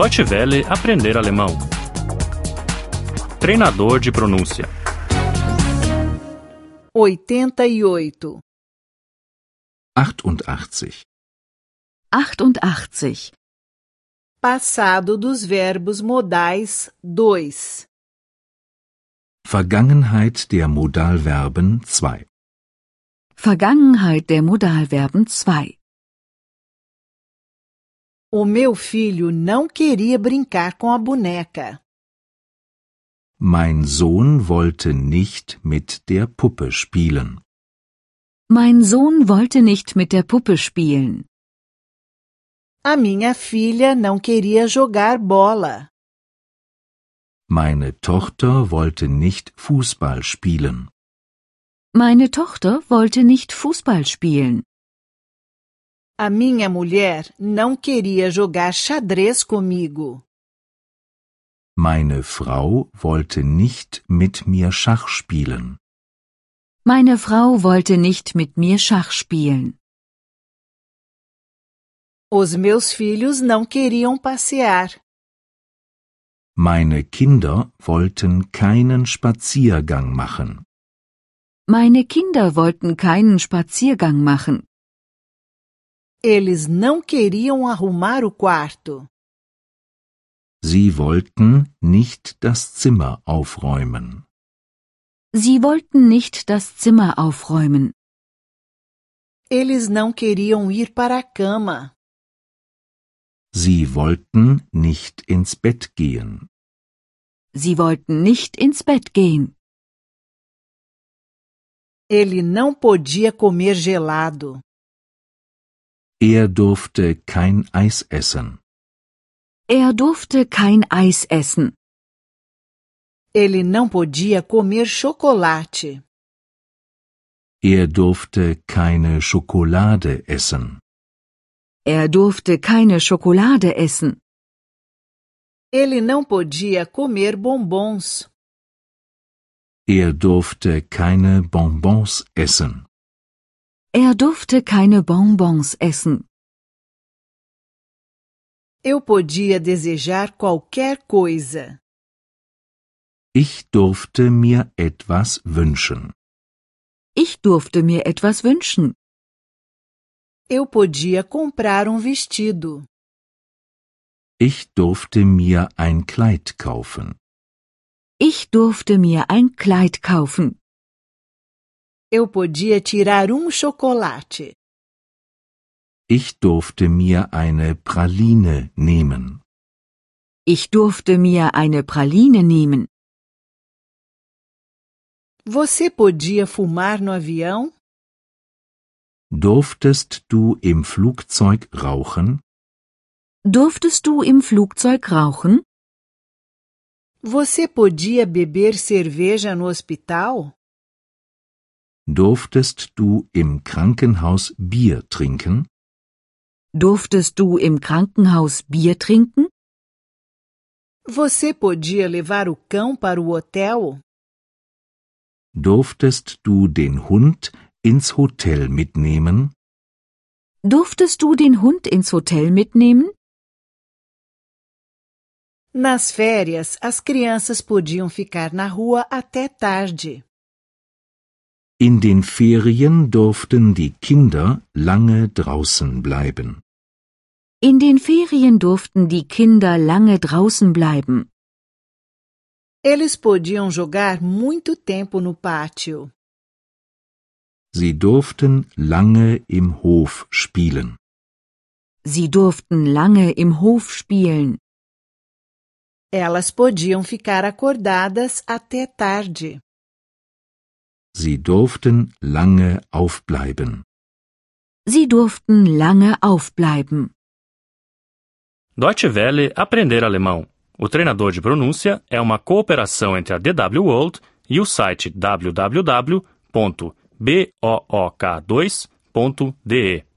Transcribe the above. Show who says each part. Speaker 1: Deutsche Welle aprender alemão. Treinador de pronúncia.
Speaker 2: 88.
Speaker 3: 88.
Speaker 4: 88.
Speaker 2: Passado dos verbos modais 2.
Speaker 3: Vergangenheit der Modalverben 2.
Speaker 4: Vergangenheit der Modalverben 2.
Speaker 2: O meu filho não queria brincar com a boneca.
Speaker 3: Mein Sohn wollte nicht mit der Puppe spielen.
Speaker 4: Mein Sohn wollte nicht mit der Puppe spielen.
Speaker 2: A minha filha não queria jogar bola.
Speaker 3: Meine Tochter wollte nicht Fußball spielen.
Speaker 4: Meine Tochter wollte nicht Fußball spielen.
Speaker 2: A minha mulher não queria jogar xadrez comigo.
Speaker 3: Meine Frau wollte nicht mit mir Schach spielen.
Speaker 4: Meine Frau wollte nicht mit mir Schach spielen.
Speaker 2: Os meus filhos não queriam passear.
Speaker 3: Meine Kinder wollten keinen Spaziergang machen.
Speaker 4: Meine Kinder wollten keinen Spaziergang machen.
Speaker 2: Eles não queriam arrumar o quarto.
Speaker 3: Sie wollten nicht das Zimmer aufräumen.
Speaker 4: Sie wollten nicht das Zimmer aufräumen.
Speaker 2: Eles não queriam ir para a cama.
Speaker 3: Sie wollten nicht ins Bett gehen.
Speaker 4: Sie wollten nicht ins Bett gehen.
Speaker 2: Ele não podia comer gelado.
Speaker 3: Er durfte kein Eis essen.
Speaker 4: Er durfte kein Eis essen.
Speaker 2: Ele não podia comer chocolate.
Speaker 3: Er durfte keine Schokolade essen.
Speaker 4: Er durfte keine Schokolade essen.
Speaker 2: Ele não podia comer bombons.
Speaker 3: Er durfte keine Bonbons essen.
Speaker 4: Er durfte keine Bonbons essen.
Speaker 2: Eu podia desejar qualquer coisa.
Speaker 3: Ich durfte mir etwas wünschen.
Speaker 4: Ich durfte mir etwas wünschen.
Speaker 2: Eu podia comprar um vestido.
Speaker 3: Ich durfte mir ein Kleid kaufen.
Speaker 4: Ich durfte mir ein Kleid kaufen.
Speaker 2: Eu podia tirar um chocolate.
Speaker 3: Ich durfte mir eine Praline nehmen.
Speaker 4: Ich durfte mir eine Praline nehmen.
Speaker 2: Você podia fumar no avião?
Speaker 3: Durftest du im Flugzeug rauchen?
Speaker 4: Durftest du im Flugzeug rauchen?
Speaker 2: Você podia beber cerveja no hospital?
Speaker 3: Durftest du im Krankenhaus Bier trinken?
Speaker 4: Durftest du im Krankenhaus Bier trinken?
Speaker 2: Você podia levar o cão para o hotel?
Speaker 3: Durftest du den Hund ins Hotel mitnehmen?
Speaker 4: Durftest du den Hund ins Hotel mitnehmen?
Speaker 2: Nas férias, as crianças podiam ficar na rua até tarde.
Speaker 3: In den Ferien durften die Kinder lange draußen bleiben.
Speaker 4: In den Ferien durften die Kinder lange draußen bleiben.
Speaker 2: Eles podiam jogar muito tempo no pátio.
Speaker 3: Sie durften lange im Hof spielen.
Speaker 4: Sie durften lange im Hof spielen.
Speaker 2: Elas podiam ficar acordadas até tarde.
Speaker 3: Sie durften lange aufbleiben.
Speaker 4: Sie durften lange aufbleiben.
Speaker 1: Deutsche Welle aprender alemão. O treinador de pronúncia é uma cooperação entre a DW World e o site www.book2.de.